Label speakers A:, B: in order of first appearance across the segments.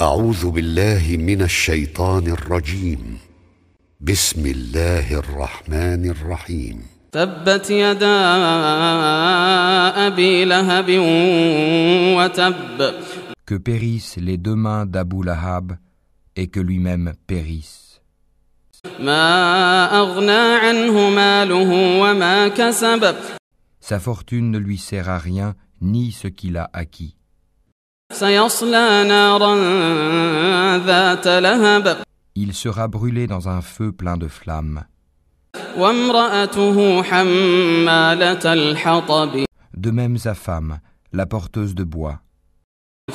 A: اعوذ بالله من الشيطان الرجيم بسم الله الرحمن الرحيم
B: تبت يدا أبي لهب وتب
C: Que périssent les deux mains d'Abou Lahab et que lui-même périsse.
B: ما أغنى عنه ماله وما كسب
C: Sa fortune ne lui sert à rien ni ce qu'il a acquis.
B: سيصلى نارا ذات لهب
C: Il sera brûlé dans un feu plein de flammes.
B: وامرأته حمالة الحطب
C: De même sa femme, la porteuse de bois.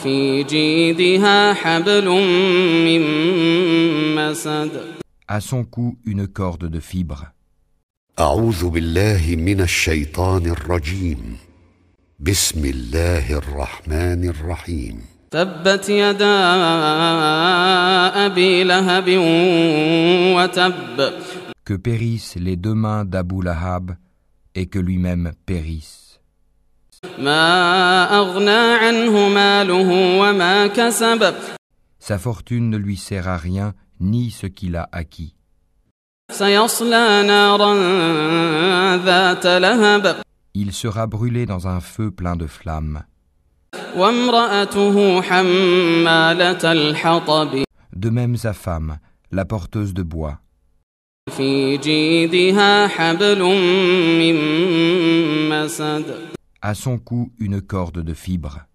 B: في جيدها حبل من مسد
C: À son cou une corde de fibre.
A: اعوذ بالله من الشيطان الرجيم بسم الله الرحمن الرحيم
B: تبت يدا أبي لهب وتب
C: Que périssent les deux mains d'Abou Lahab et que lui-même périsse.
B: ما أغنى عنه ماله وما كسب
C: Sa fortune ne lui sert à rien ni ce qu'il a acquis.
B: سيصلى نارا ذات لهب
C: Il sera brûlé dans un feu plein de flammes.
B: وامرأته حمالة الحطب
C: De même sa femme, la porteuse de bois.
B: في جيدها حبل من مسد
C: À son cou une corde de fibre.